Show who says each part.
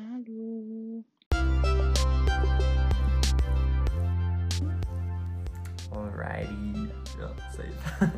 Speaker 1: Hallo.
Speaker 2: Alrighty. Ja, safe.